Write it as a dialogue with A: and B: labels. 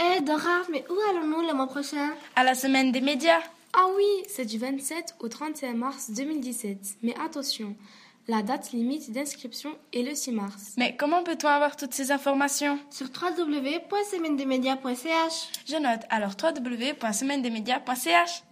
A: Eh, Dora, mais où allons-nous le mois prochain
B: À la semaine des médias.
C: Ah oui, c'est du 27 au 31 mars 2017. Mais attention, la date limite d'inscription est le 6 mars.
B: Mais comment peut-on avoir toutes ces informations
A: Sur www.semaine-des-médias.ch
B: Je note alors www.semaine-des-médias.ch